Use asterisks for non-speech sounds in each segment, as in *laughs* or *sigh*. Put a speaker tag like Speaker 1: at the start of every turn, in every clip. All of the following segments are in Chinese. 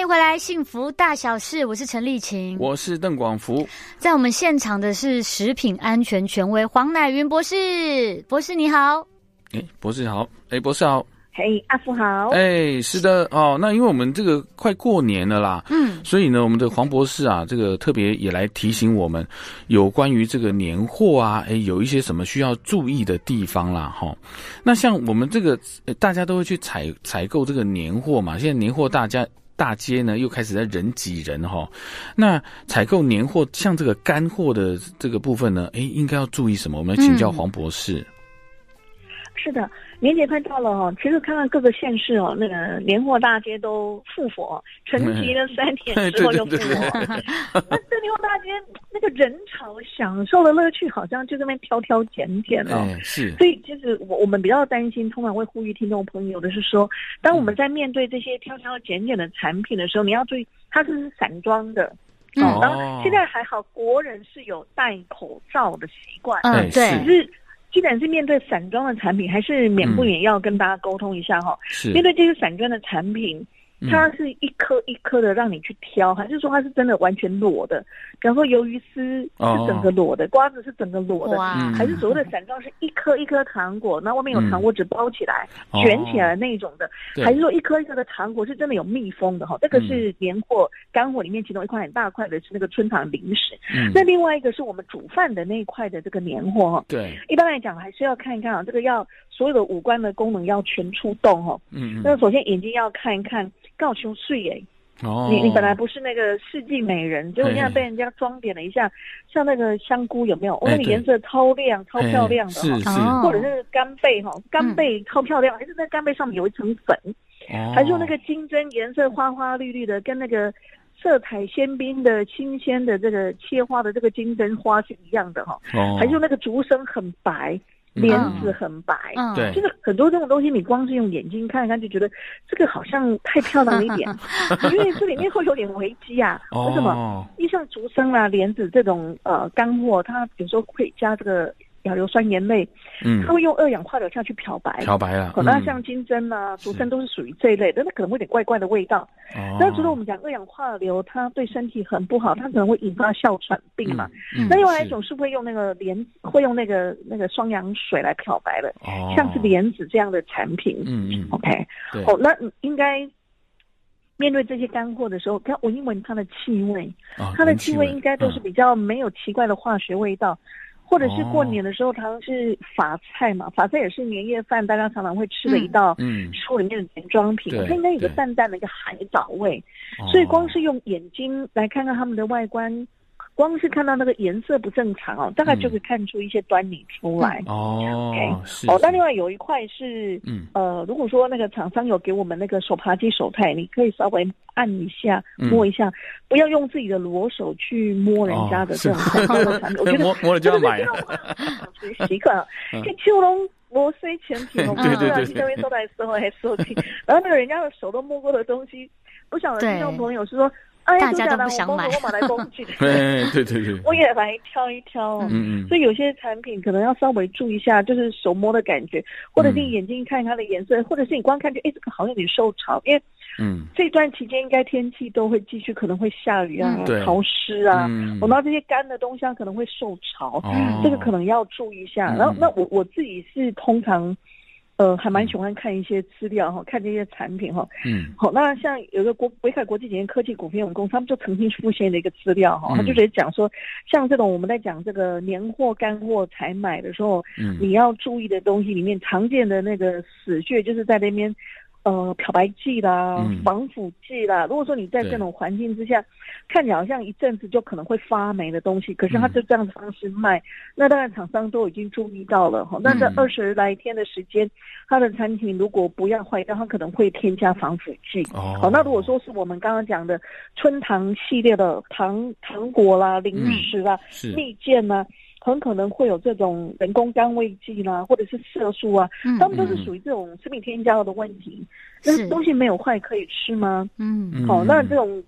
Speaker 1: 迎回来，《幸福大小事》，我是陈丽琴。
Speaker 2: 我是邓广福，
Speaker 1: 在我们现场的是食品安全权威黄乃云博士，博士你好。
Speaker 2: 哎，博士好，哎，博士好，
Speaker 3: 嘿，阿福好。
Speaker 2: 哎，是的，哦，那因为我们这个快过年了啦，
Speaker 1: 嗯，
Speaker 2: 所以呢，我们的黄博士啊，这个特别也来提醒我们，有关于这个年货啊，哎，有一些什么需要注意的地方啦，哈、那像我们这个，呃大家都会去采采购这个年货嘛，现在年货大家。大街呢又开始在人挤人哈、那采购年货像这个干货的这个部分呢，哎，应该要注意什么？我们来请教
Speaker 1: 嗯
Speaker 2: 黄博士。
Speaker 3: 是的，年节快到了哦。其实看看各个县市哦，那个年货大街都复活，沉寂了三
Speaker 2: 对 *laughs*
Speaker 3: 天之
Speaker 2: 对
Speaker 3: 后又复
Speaker 2: 哎对
Speaker 3: 活。
Speaker 2: 对，
Speaker 3: *laughs* 那这年货大街那个人潮，享受的乐趣好像就在那边挑挑拣拣
Speaker 1: 嗯
Speaker 3: 哦。
Speaker 2: 哎，是，
Speaker 3: 所以，其实我我们比较担心，通常会呼吁听众朋友的是说，当我们在面对这些挑挑拣拣的产品的时候，你要注意它是不是散装的。
Speaker 1: 嗯
Speaker 3: 哦，然后现在还好，国人是有戴口罩的习惯。
Speaker 1: 嗯，
Speaker 2: 哎
Speaker 1: 对
Speaker 3: 可，是，既然是面对散装的产品，还是免不免要跟大家沟通一下哈、
Speaker 2: 嗯是
Speaker 3: 面对这些散装的产品，
Speaker 2: 嗯
Speaker 3: 它是一颗一颗的让你去挑，还是说它是真的完全裸的？比方说鱿鱼丝
Speaker 2: 哦
Speaker 3: 是整个裸的，瓜子是整个裸的。
Speaker 1: 哇，
Speaker 2: 嗯
Speaker 3: 还是所谓的散装是一颗一颗糖果，那外面有糖果纸包起来、
Speaker 2: 哦
Speaker 3: 卷起来那一种的，
Speaker 2: 对嗯
Speaker 3: 还是说一颗一颗的糖果是真的有密封的哈？这个是年货干货里面其中一块很大块的是那个春糖零食，
Speaker 2: 嗯
Speaker 3: 那另外一个是我们煮饭的那一块的这个年货哈。
Speaker 2: 对，
Speaker 3: 一般来讲，还是要看一看啊，这个要所有的五官的功能要全出动哦。
Speaker 2: 嗯
Speaker 3: 那首先眼睛要看一看，告穷睡耶，
Speaker 2: 嗯，哦，
Speaker 3: 你你本来不是那个世纪美人，结果
Speaker 2: 嘿
Speaker 3: 现在被人家装点了一下，像那个香菇有没有？哦，
Speaker 2: 哎
Speaker 3: 那个颜色超亮、超
Speaker 2: 哎
Speaker 3: 漂亮的
Speaker 2: 是嗯
Speaker 3: 哈。
Speaker 2: 是，
Speaker 1: 哦
Speaker 3: 或者是干贝哈，干贝超漂亮，还是那干贝上面有一层粉，
Speaker 2: 哦
Speaker 3: 还是用那个金针颜色花花绿绿的，跟那个色彩鲜缤的新鲜的这个切花的这个金针花是一样的哈。
Speaker 2: 哦，
Speaker 3: 还是那个竹笙很白，
Speaker 2: 嗯
Speaker 3: 帘子很白。
Speaker 1: 嗯，
Speaker 2: 对
Speaker 3: 就是很多这种东西，你光是用眼睛看一看，就觉得这个好像太漂亮了一
Speaker 2: *laughs*
Speaker 3: 点，因为这里面会有点危机啊。
Speaker 2: 哦，
Speaker 3: 为什么？因为像竹笙啊、莲子这种呃干货，它有时候会加这个亚硫酸盐类，
Speaker 2: 嗯
Speaker 3: 它，会用二氧化硫下去漂白。
Speaker 2: 漂白了，
Speaker 3: 可能
Speaker 2: 嗯
Speaker 3: 像金针啊、竹
Speaker 2: 是
Speaker 3: 笙都是属于这一类的，那可能会有点怪怪的味道。
Speaker 2: 哦
Speaker 3: 那除了我们讲二氧化硫，它对身体很不好，它可能会引发哮喘病嘛。，
Speaker 2: 嗯
Speaker 3: 那另外一种，是会用那个莲，会用那个那个双氧水来漂白的，
Speaker 2: 嗯哦
Speaker 3: 像是莲子这样的产品。
Speaker 2: 嗯嗯
Speaker 3: OK，
Speaker 2: 对
Speaker 3: 哦，那应该面对这些干货的时候，要闻一闻它的气味，
Speaker 2: 啊
Speaker 3: 它的
Speaker 2: 人
Speaker 3: 气
Speaker 2: 气
Speaker 3: 味应该都是比较没有奇怪的化学味道。或者是过
Speaker 2: 哦
Speaker 3: 年的时候，常常是法菜嘛，法菜也是年夜饭大家常常会吃的一
Speaker 1: 嗯
Speaker 3: 道
Speaker 2: 嗯，
Speaker 3: 书里面的原装品，
Speaker 2: 对
Speaker 3: 它应该有个
Speaker 2: 对
Speaker 3: 淡淡的一个海藻味。
Speaker 2: 嗯
Speaker 3: 所以光是
Speaker 2: 哦
Speaker 3: 用眼睛来看看它们的外观，光是看到那个颜色不正常哦，大概就可以看出一些端倪出来。
Speaker 2: 哦
Speaker 3: OK
Speaker 2: 是
Speaker 3: 哦，那
Speaker 2: 是
Speaker 3: 另外有一块是，
Speaker 2: 嗯
Speaker 3: 呃，如果说那个厂商有给我们那个手扒鸡手太，你可以稍微按一下、
Speaker 2: 嗯
Speaker 3: 摸一下，不要用自己的裸手去摸人家的
Speaker 2: 哦 *laughs*
Speaker 3: 这种
Speaker 2: 是
Speaker 3: 手的产品。我觉得
Speaker 2: 摸摸 *laughs* 了就要买啊
Speaker 3: 这个是这种习惯啊
Speaker 2: 嗯，
Speaker 3: 跟秋龙。我虽前皮，我
Speaker 1: 对对
Speaker 2: 对
Speaker 3: 去那边收来收来收
Speaker 2: *laughs*
Speaker 3: 去，然后那个人家的手都摸过的东西，不晓得
Speaker 1: 对
Speaker 3: 听众朋友是说，哎，
Speaker 1: 大家
Speaker 3: 就这样
Speaker 1: 都
Speaker 3: 啦
Speaker 1: 不想
Speaker 3: 我摸
Speaker 1: 买
Speaker 3: 着我买来摸去，
Speaker 2: 哎 *laughs* 对对对，
Speaker 3: 我也来挑一挑哦。
Speaker 2: 嗯
Speaker 3: 所以有些产品可能要稍微注意一下，就是手摸的感觉，或者是
Speaker 2: 嗯
Speaker 3: 你眼睛看它的颜色，或者是你光看就哎这个好像有点受潮，因为
Speaker 2: 嗯
Speaker 3: 这段期间应该天气都会继续，可能会下雨啊
Speaker 1: 嗯、
Speaker 2: 对
Speaker 3: 潮湿啊，
Speaker 2: 嗯，
Speaker 3: 我们、这些干的东西它可能会受潮，
Speaker 2: 哦
Speaker 3: 这个可能要注意一下。
Speaker 2: 嗯
Speaker 3: 然后
Speaker 2: 嗯
Speaker 3: 那我我自己是通常。呃，还蛮喜欢看一些资料哈，看这些产品哈。
Speaker 2: 嗯
Speaker 3: 好，那像有一个国北凯国际检验科技股份有限公司，他们就曾经出现了一个资料哈，
Speaker 2: 嗯
Speaker 3: 他就直接讲说，像这种我们在讲这个年货干货采买的时候，
Speaker 2: 嗯
Speaker 3: 你要注意的东西里面常见的那个死穴，就是在那边，呃，漂白剂啦、
Speaker 2: 嗯
Speaker 3: 防腐剂啦。如果说你在
Speaker 2: 对
Speaker 3: 这种环境之下，看起来好像一阵子就可能会发霉的东西，可是它
Speaker 2: 嗯
Speaker 3: 就这样的方式卖，那当然厂商都已经注意到了哈。那这
Speaker 2: 嗯
Speaker 3: 二十来天的时间，它的产品如果不要坏掉，它可能会添加防腐剂。
Speaker 2: 哦
Speaker 3: 好，那如果说是我们刚刚讲的春糖系列的糖糖果啦、零
Speaker 2: 嗯
Speaker 3: 食啦，
Speaker 2: 是
Speaker 3: 蜜饯呢、很可能会有这种人工甘味剂啦、或者是色素啊，
Speaker 1: 嗯
Speaker 3: 它们都是
Speaker 2: 嗯嗯
Speaker 3: 属于这种食品添加的问题。
Speaker 1: 是
Speaker 3: 那东西没有坏可以吃吗？
Speaker 1: 嗯
Speaker 2: 嗯
Speaker 3: 哦，那这
Speaker 2: 嗯
Speaker 3: 种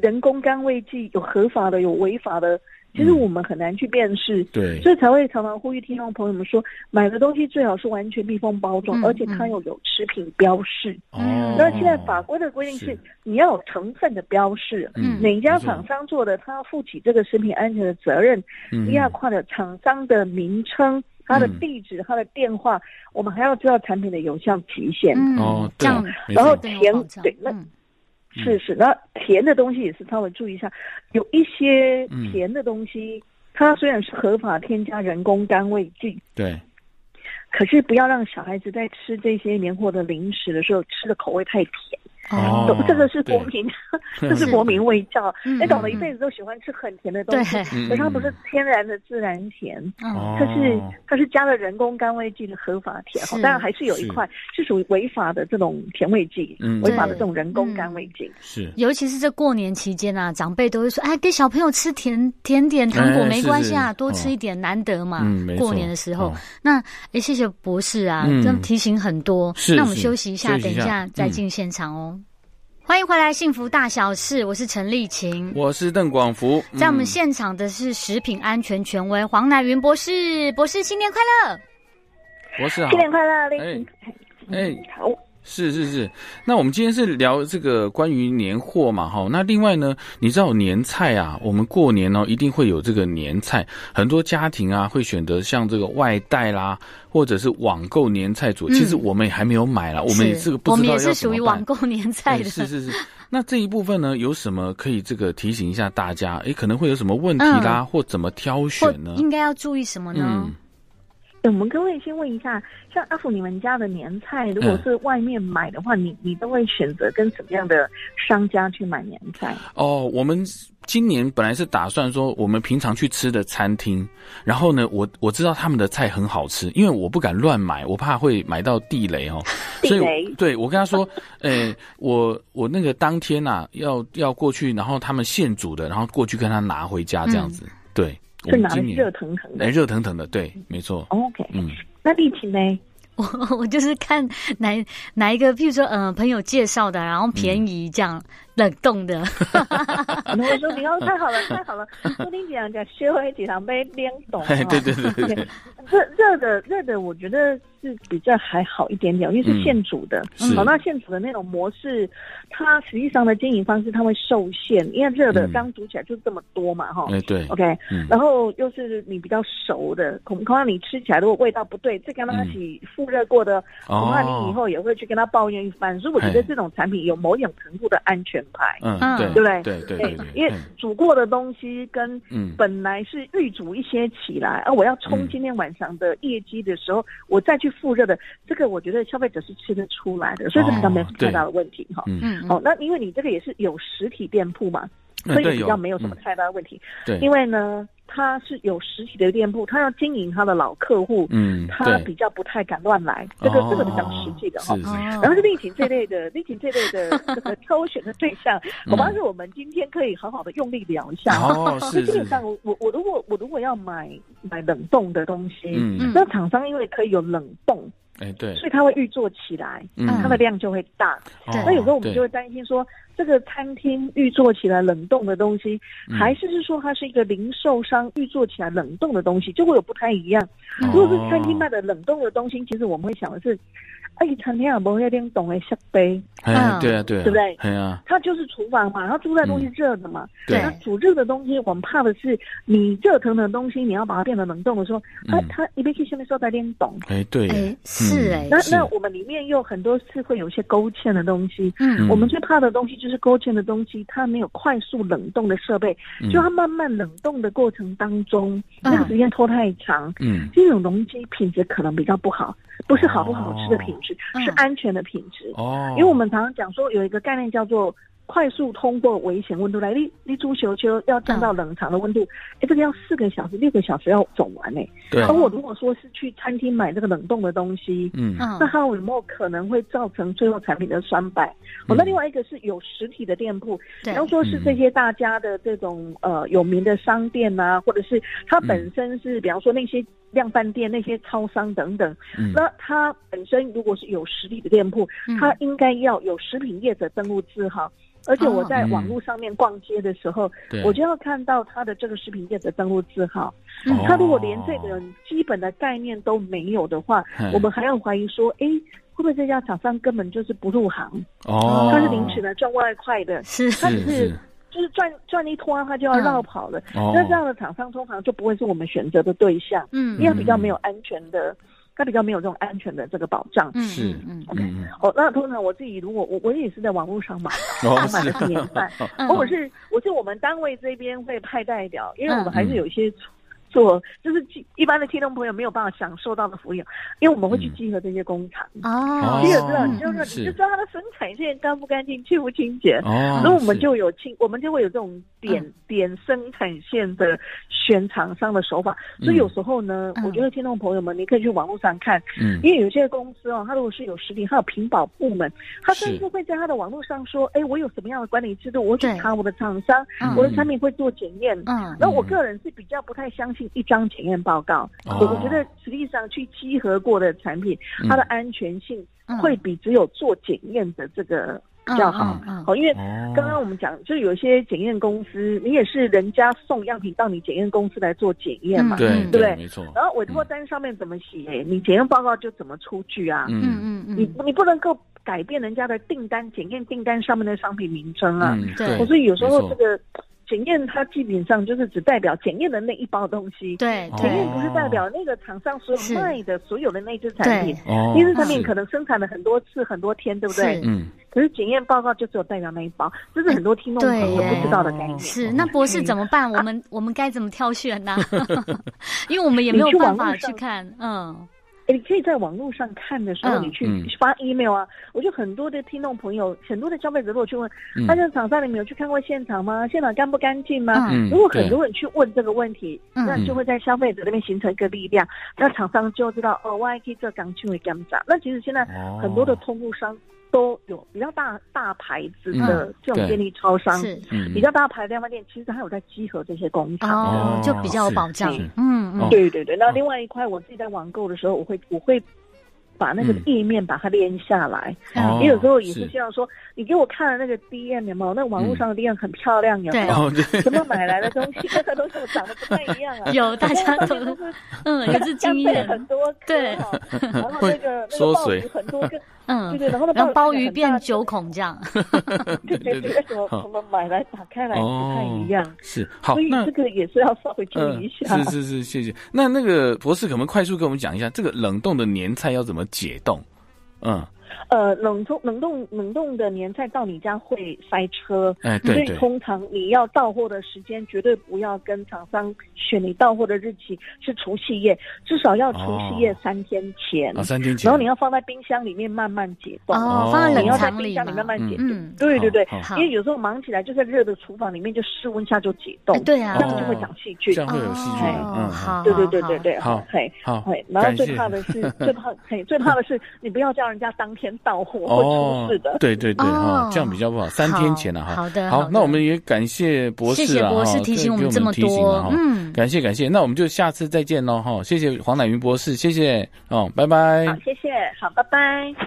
Speaker 3: 人工甘味剂有合法的，有违法的。其实我们很难去辨识，
Speaker 2: 对，
Speaker 3: 所以才会常常呼吁听众朋友们说，买的东西最好是完全密封包装，
Speaker 1: 嗯
Speaker 3: 而且它要有食品标示。
Speaker 2: 哦，
Speaker 3: 那现在法规的规定是
Speaker 2: 是，
Speaker 3: 你要有成分的标示，
Speaker 1: 嗯
Speaker 3: 哪一
Speaker 2: 没
Speaker 3: 家
Speaker 2: 错
Speaker 3: 厂商做的，他要负起这个食品安全的责任。
Speaker 2: 嗯
Speaker 3: 第二块的厂商的名称、它的
Speaker 2: 嗯
Speaker 3: 地址、它的电话，我们还要知道产品的有效期限。
Speaker 1: 嗯，
Speaker 2: 哦，
Speaker 1: 这
Speaker 2: 对
Speaker 1: 样
Speaker 2: 没
Speaker 3: 然后
Speaker 2: 错
Speaker 1: 更有
Speaker 3: 甜
Speaker 1: 保障
Speaker 3: 对那
Speaker 1: 嗯
Speaker 2: 嗯
Speaker 3: 是是，那甜的东西也是稍微注意一下，有一些
Speaker 2: 嗯
Speaker 3: 甜的东西，它虽然是合法添加人工甘味剂，
Speaker 2: 对，
Speaker 3: 可是不要让小孩子在吃这些年货的零食的时候吃的口味太甜，
Speaker 2: 哦
Speaker 3: 这个是
Speaker 2: 对
Speaker 3: 国民， *laughs* 这是国民味道。
Speaker 1: 嗯
Speaker 3: 那搞得一
Speaker 1: 嗯
Speaker 3: 辈子都喜欢吃很甜的东
Speaker 1: 对，
Speaker 3: 西，
Speaker 2: 嗯
Speaker 3: 可是它不
Speaker 2: 嗯
Speaker 3: 是天然的自然甜，
Speaker 1: 嗯
Speaker 2: 哦
Speaker 3: 它是它是加了人工甘味剂的合法甜，
Speaker 1: 是
Speaker 3: 当然还是有一
Speaker 2: 是
Speaker 3: 块是属于违法的这种甜味剂，
Speaker 2: 嗯
Speaker 3: 违法的
Speaker 1: 对
Speaker 3: 这种人工甘味剂。
Speaker 2: 是
Speaker 1: 尤其是这过年期间啊，长辈都会说：“哎，给小朋友吃甜甜点、糖果
Speaker 2: 哎
Speaker 1: 没
Speaker 2: 是
Speaker 1: 关系啊，
Speaker 2: 是
Speaker 1: 多吃
Speaker 2: 哦
Speaker 1: 一点，难得嘛。
Speaker 2: 嗯，没错
Speaker 1: 过年的时候，
Speaker 2: 哦
Speaker 1: 那哎，谢谢博士啊，
Speaker 2: 嗯
Speaker 1: 这样提醒很多。
Speaker 2: 是
Speaker 1: 那我们
Speaker 2: 是
Speaker 1: 休息一下，
Speaker 2: 休息
Speaker 1: 等
Speaker 2: 一
Speaker 1: 一
Speaker 2: 下嗯
Speaker 1: 下再进现场哦。欢迎回来，《幸福大小事》，我是陈丽琴。
Speaker 2: 我是邓广福，
Speaker 1: 在我们
Speaker 2: 嗯
Speaker 1: 现场的是食品安全权威黄乃云博士，博士新年快乐！
Speaker 2: 博士好
Speaker 3: 新，年快乐，林
Speaker 2: 哎
Speaker 3: 婷。
Speaker 2: 哎，
Speaker 3: 好，
Speaker 2: 是是是，那我们今天是聊这个关于年货嘛，哈。那另外呢，你知道年菜啊，我们过年哦一定会有这个年菜，很多家庭啊会选择像这个外带啦，或者是网购年菜组。其实
Speaker 1: 嗯
Speaker 2: 我们也还没有买啦，我们也这个
Speaker 1: 我
Speaker 2: 不
Speaker 1: 们
Speaker 2: 知
Speaker 1: 也
Speaker 2: 道要
Speaker 1: 是
Speaker 2: 怎
Speaker 1: 属于
Speaker 2: 么
Speaker 1: 网
Speaker 2: 办。
Speaker 1: 购年菜
Speaker 2: 对
Speaker 1: 的，
Speaker 2: 是是是。那这一部分呢，有什么可以这个提醒一下大家？诶，可能会有什么问题啦，
Speaker 3: 嗯
Speaker 2: 或怎么挑
Speaker 1: 或
Speaker 2: 选呢？
Speaker 1: 应该要注意什么呢？
Speaker 2: 嗯，
Speaker 3: 我们各位先问一下，像阿福你们家的年菜，如果
Speaker 2: 嗯
Speaker 3: 是外面买的话，你你都会选择跟什么样的商家去买年菜？
Speaker 2: 哦，我们今年本来是打算说，我们平常去吃的餐厅，然后呢，我我知道他们的菜很好吃，因为我不敢乱买，我怕会买到地雷
Speaker 3: *laughs*
Speaker 2: 哦。
Speaker 3: 地
Speaker 2: 所以
Speaker 3: 雷
Speaker 2: 对我跟他说，诶、我我那个当天呐、要要过去，然后他们现煮的，然后过去跟他拿回家这样子。对，我
Speaker 3: 嗯是
Speaker 2: 们
Speaker 3: 拿来
Speaker 2: 今年
Speaker 3: 热腾腾
Speaker 2: 哎
Speaker 3: 的。哦
Speaker 2: 热腾腾的，对，没错，
Speaker 3: OK，
Speaker 2: 嗯，
Speaker 3: 那丽
Speaker 2: *laughs*
Speaker 3: 琴呢？
Speaker 1: 我 *laughs* 我就是看哪哪一个，譬如说，嗯、朋友介绍的，然后便宜这样、冷冻的，
Speaker 3: 然啊后我说你要太好了，太好了，我跟你讲讲，学会几堂杯冰懂
Speaker 2: 嘿，
Speaker 3: 啊
Speaker 2: *laughs* 对对对对对，
Speaker 3: 热热的热的，我觉得是比较还好一点点，因为是现煮的。
Speaker 2: 嗯是
Speaker 3: 好，那现煮的那种模式，它实际上的经营方式它会受限，因为热的
Speaker 2: 嗯
Speaker 3: 刚煮起来就这么多嘛，哈、
Speaker 2: 哎对，
Speaker 3: OK，
Speaker 2: 嗯
Speaker 3: 然后又是你比较熟的，恐恐怕你吃起来如果味道不对，这跟它
Speaker 2: 嗯
Speaker 3: 一起复热过的，恐怕你以
Speaker 2: 哦，哎
Speaker 3: 后也会去跟他抱怨一番。所以我觉
Speaker 2: 嘿
Speaker 3: 得这种产品有某种程度的安全牌，
Speaker 2: 嗯
Speaker 1: 嗯
Speaker 2: 对对对对对，
Speaker 3: 哎因为
Speaker 2: 嗯
Speaker 3: 煮过的东西跟
Speaker 2: 嗯
Speaker 3: 本来是预煮一些起来，啊，我要冲
Speaker 2: 嗯
Speaker 3: 今天晚上的业绩的时候，我再去复热的，这个我觉得消费者是吃得出来的，所以这比较没有
Speaker 2: 哦
Speaker 3: 太
Speaker 2: 对
Speaker 3: 大的问题哈。
Speaker 2: 嗯
Speaker 1: 嗯，
Speaker 3: 哦，那因为你这个也是有实体店铺嘛，
Speaker 2: 嗯
Speaker 3: 所以
Speaker 2: 对
Speaker 3: 比
Speaker 2: 有
Speaker 3: 较没有什么
Speaker 2: 嗯
Speaker 3: 太大的问题。
Speaker 2: 对，
Speaker 3: 因为呢，它是有实体的店铺，它要经营它的老客户，
Speaker 2: 嗯
Speaker 3: 它
Speaker 2: 对哦
Speaker 3: 比较不太敢乱来，这个这个比较实际的哈。
Speaker 2: 哦是是
Speaker 1: 哦
Speaker 3: 然后是丽琴这类的， *laughs* 丽琴这类的这个挑选的对象，
Speaker 2: 嗯
Speaker 3: 恐怕是我们今天可以好好的用力聊
Speaker 2: *laughs*
Speaker 3: 一下。
Speaker 2: 哦，
Speaker 3: *laughs* 就是基
Speaker 2: 是
Speaker 3: 本，上，我我我如果我如果要买买冷冻的东西，
Speaker 2: 嗯，
Speaker 3: 那厂商因为可以有冷冻，
Speaker 2: 哎，对，
Speaker 3: 所以它会预做起来，
Speaker 2: 嗯，哦
Speaker 3: 它的量就会大。
Speaker 1: 对
Speaker 3: 那有时候我们
Speaker 2: 对
Speaker 3: 就会担心说，这个餐厅预做起来冷冻的东西，
Speaker 2: 嗯
Speaker 3: 还是是说它是一个零售商预做起来冷冻的东西，就会有不太一样。
Speaker 2: 哦
Speaker 1: 嗯
Speaker 3: 如果是餐厅卖的冷冻的东西，其实我们会想的是，哎，餐厅啊，不会冷冻的设备，
Speaker 2: 哎，对啊，对啊，
Speaker 3: 对不对
Speaker 2: 哎呀，
Speaker 3: 它就是厨房嘛，它煮的
Speaker 2: 嗯
Speaker 3: 东西热的嘛。
Speaker 1: 对
Speaker 3: 那煮热的东西，我们怕的是你热腾腾的东西，你要把它变得冷冻的时候，它
Speaker 2: 嗯
Speaker 3: 它一边去下面说在冷冻。
Speaker 2: 哎，对，嗯
Speaker 1: 哎，是哎、
Speaker 3: 那
Speaker 2: 是
Speaker 3: 那我们里面又很多是会有一些勾芡的东西，
Speaker 1: 嗯
Speaker 2: 嗯
Speaker 3: 我们最怕的东西就是勾芡的东西，它没有快速冷冻的设备，
Speaker 2: 嗯
Speaker 3: 就它慢慢冷冻的过程当中，
Speaker 1: 嗯
Speaker 3: 那个时间拖太长，
Speaker 2: 嗯，
Speaker 3: 这种东西品质可能比较不好，不是好不好吃的品质，
Speaker 1: 哦
Speaker 3: 是
Speaker 1: 嗯
Speaker 3: 安全的品质。
Speaker 2: 哦，
Speaker 3: 因为我们常常讲说有一个概念叫做快速通过危险温度来，你你煮球球要降到冷藏的温度，哎、这个要四个小时、六个小时要走完呢、
Speaker 2: 对
Speaker 3: 而，我如果说是去餐厅买这个冷冻的东西，
Speaker 2: 嗯，
Speaker 1: 嗯
Speaker 3: 那它有没有可能会造成最后产品的酸败？哦，那
Speaker 2: 嗯
Speaker 3: 另外一个是有实体的店铺，
Speaker 1: 对
Speaker 3: 然后说是这些大家的这种呃有名的商店啊，或者是它本身是比方说那些量贩店、那些超商等等。
Speaker 2: 嗯
Speaker 3: 那它本身如果是有实体的店铺，
Speaker 1: 嗯
Speaker 3: 它应该要有食品业者登录字号。而且我在
Speaker 2: 哦嗯
Speaker 3: 网络上面逛街的时候，
Speaker 2: 对，
Speaker 3: 我就要看到它的这个食品业者登录字号。
Speaker 1: 嗯
Speaker 3: 它如果连这个
Speaker 2: 哦
Speaker 3: 基本的概念都没有的话，
Speaker 2: 嘿
Speaker 3: 我们还要怀疑说，诶，会不会这家厂商根本就是不入行？
Speaker 2: 哦，
Speaker 3: 他是领取了赚外快的，
Speaker 1: 是
Speaker 3: 他只
Speaker 2: 是是
Speaker 3: 就是赚赚一拖，他就要绕跑了。
Speaker 2: 哦，
Speaker 3: 那这样的厂商通常就不会是我们选择的对象，
Speaker 1: 嗯
Speaker 3: 因为他比较没有安全的，他比较没有这种安全的这个保障。
Speaker 1: 嗯
Speaker 2: 是
Speaker 1: 嗯
Speaker 2: 嗯嗯
Speaker 3: 哦，那通常我自己如果我我也是在网络上买，
Speaker 2: 哦
Speaker 3: 大买
Speaker 2: 是
Speaker 3: 了几年半，
Speaker 1: 嗯，
Speaker 3: 或者是哦我是我们单位这边会派代表，因为我
Speaker 1: 嗯
Speaker 3: 们还是有一些做就是一般的听众朋友没有办法享受到的服务，因为我们会去
Speaker 2: 嗯
Speaker 3: 集合这些工厂，
Speaker 1: 哦，
Speaker 3: 集合知道
Speaker 2: 嗯
Speaker 3: 你就是是你就知道它的生产线干不干净、清不清洁，
Speaker 2: 哦，
Speaker 3: 所以我们
Speaker 2: 是
Speaker 3: 就有清，我们就会有这种点点生产线的选厂商的手法。所以有时候呢，
Speaker 1: 嗯
Speaker 3: 我觉得听众朋友们，你可以去网络上看，
Speaker 2: 嗯
Speaker 3: 因为有些公司哦，它如果是有实体，它有屏保部门，它甚
Speaker 2: 是
Speaker 3: 至会在它的网络上说，哎，我有什么样的管理制度，我去
Speaker 1: 对
Speaker 3: 查我的厂商，
Speaker 1: 嗯
Speaker 3: 我的产品会做检验。
Speaker 1: 嗯
Speaker 3: 那我个人是比较不太相信一张检验报告，
Speaker 2: 哦
Speaker 3: 我觉得实际上去集合过的产品，
Speaker 2: 嗯
Speaker 3: 它的安全性
Speaker 1: 嗯
Speaker 3: 会比只有做检验的这个比较好。
Speaker 1: 嗯嗯嗯
Speaker 3: 好，因为
Speaker 2: 哦
Speaker 3: 刚刚我们讲，就有一些检验公司，你也是人家送样品到你检验公司来做检验嘛。
Speaker 2: 对
Speaker 1: 嗯
Speaker 3: 对不对
Speaker 2: 没错，
Speaker 3: 然后委托单上面怎么写，你检验报告就怎么出具啊。
Speaker 2: 嗯
Speaker 1: 嗯嗯
Speaker 3: 你
Speaker 1: 嗯，
Speaker 3: 你不能够改变人家的订单检验订单上面的商品名称啊。
Speaker 2: 嗯
Speaker 1: 对
Speaker 3: 我所以有时
Speaker 2: 没
Speaker 3: 候
Speaker 2: 错
Speaker 3: 这个检验它基本上就是只代表检验的那一包东西，
Speaker 1: 对
Speaker 2: 哦
Speaker 3: 检验
Speaker 1: 对
Speaker 3: 不是代表那个厂商所
Speaker 1: 是
Speaker 3: 有卖的所有的那只产品
Speaker 1: 对。
Speaker 2: 哦，
Speaker 3: 因为产品
Speaker 2: 是
Speaker 3: 可能生产了很多次、很多天，对不对
Speaker 1: 是？
Speaker 2: 嗯
Speaker 3: 可是检验报告就只有代表那一包，这是很多听众
Speaker 1: 对
Speaker 3: 朋友
Speaker 1: 耶
Speaker 3: 不知道的概念。
Speaker 1: 是。那博士怎么办？我
Speaker 3: 啊
Speaker 1: 们我们该怎么挑选
Speaker 3: *laughs*
Speaker 1: 呢？因为我们也没有办法去看，嗯
Speaker 3: 诶哎你可以在网络上看的时候，
Speaker 1: 嗯
Speaker 3: 你去
Speaker 2: 嗯
Speaker 3: 发 email 啊。我觉得很多的听众朋友、很多的消费者，如果去问，
Speaker 2: 嗯
Speaker 3: 那像厂商，你们有去看过现场吗？现场干不干净吗？
Speaker 1: 嗯
Speaker 2: 嗯，
Speaker 3: 如果很
Speaker 2: 对
Speaker 3: 多人去问这个问题，
Speaker 1: 嗯
Speaker 3: 那就会在消费者那边形成一个力量，那厂商就知道哦，我还可以做港区的干啥？那其实现在
Speaker 2: 哦
Speaker 3: 很多的通路商都有比较大大牌子的这种
Speaker 2: 嗯对
Speaker 3: 便利超商，
Speaker 1: 是
Speaker 2: 嗯
Speaker 3: 比较大牌的量贩店，其实它有在集合这些工厂。
Speaker 1: 哦，就比较有保障
Speaker 3: 是是，
Speaker 1: 嗯嗯
Speaker 2: 哦
Speaker 3: 对对对，那另外一块，我自己在网购的时候，我会我会把那个
Speaker 2: 嗯
Speaker 3: 页面把它连下来，
Speaker 1: 嗯
Speaker 2: 哦
Speaker 3: 也有时候也是
Speaker 2: 是
Speaker 3: 希望说，你给我看了那个 DM 有没有？那个网络
Speaker 2: 嗯
Speaker 3: 上的 DM 很漂亮，有没有？
Speaker 2: 哦对，
Speaker 3: *laughs* 怎么买来的东西，那个东西我长得不太一样啊。
Speaker 1: *laughs* 有大家都
Speaker 3: 我上面就是
Speaker 1: 嗯，也是
Speaker 3: *laughs*
Speaker 1: 经
Speaker 3: 干贝
Speaker 1: 验，
Speaker 3: 很多颗
Speaker 1: 对
Speaker 3: 哦，然后那个那
Speaker 2: 缩
Speaker 3: 个鲍
Speaker 2: 水
Speaker 3: 鱼很多个，对
Speaker 1: *laughs* 嗯，
Speaker 3: 对，然后那
Speaker 1: 然后鲍
Speaker 3: 鱼
Speaker 1: 鱼
Speaker 3: 很
Speaker 1: 变
Speaker 3: 大
Speaker 1: 九，孔这样，
Speaker 3: 对对对，为什么
Speaker 2: 好
Speaker 3: 我们买来打开来不太一样？
Speaker 2: 是好
Speaker 3: 所以
Speaker 2: 那
Speaker 3: 这个也是要稍微注
Speaker 2: 嗯
Speaker 3: 意一下。
Speaker 2: 是是是，谢谢。那那个博士，可不可以快速跟我们讲一下这个冷冻的年菜要怎么解冻？嗯，
Speaker 3: 呃，冷冻冷冻冷冻的年菜到你家会塞车，
Speaker 2: 哎，
Speaker 3: 所
Speaker 2: 对
Speaker 3: 以
Speaker 2: 对，
Speaker 3: 通常你要到货的时间绝对不要跟厂商选你到货的日期是除夕夜，至少要除夕夜
Speaker 2: 哦
Speaker 3: 三天前。
Speaker 2: 啊，三天前，
Speaker 3: 然后你要放在冰箱里面慢慢解冻，
Speaker 1: 哦
Speaker 2: 哦，
Speaker 1: 放在
Speaker 3: 你要
Speaker 1: 冷
Speaker 3: 在
Speaker 1: 藏
Speaker 3: 冰
Speaker 1: 里
Speaker 3: 箱里
Speaker 1: 嘛
Speaker 3: 慢，慢解冻。
Speaker 1: 嗯，
Speaker 3: 对对对，
Speaker 2: 好
Speaker 1: 好
Speaker 3: 因为有时候忙起来就在热的厨房里面，就室温下就解冻
Speaker 1: 哎，对啊
Speaker 3: 这样就会长细菌
Speaker 2: 这。样会有细菌，
Speaker 1: 哦
Speaker 2: 嗯，
Speaker 1: 好
Speaker 3: 对对对对对，
Speaker 2: 好
Speaker 3: 嘿，
Speaker 2: 好，
Speaker 3: 嘿，然后
Speaker 2: 感
Speaker 3: 最
Speaker 2: 谢
Speaker 3: 怕的是
Speaker 2: *laughs*
Speaker 3: 最怕嘿最怕的是你不要叫人家当天到货会
Speaker 2: 哦
Speaker 3: 出事的，。
Speaker 2: 对对对
Speaker 1: 哦
Speaker 2: 哈，这样比较不好。三天前啊了哈，
Speaker 1: 好的好
Speaker 2: 好
Speaker 1: 的，
Speaker 2: 那我们也感谢博士
Speaker 1: 谢
Speaker 2: 啊，
Speaker 1: 谢博士
Speaker 2: 哈
Speaker 1: 提醒我
Speaker 2: 给
Speaker 1: 们这么
Speaker 2: 提醒了
Speaker 1: 多
Speaker 2: 哈，
Speaker 1: 嗯，
Speaker 2: 感谢感谢，那我们就下次再见喽哈，谢谢黄乃云博士，谢谢哦，拜拜。
Speaker 3: 好，谢谢，好，拜拜。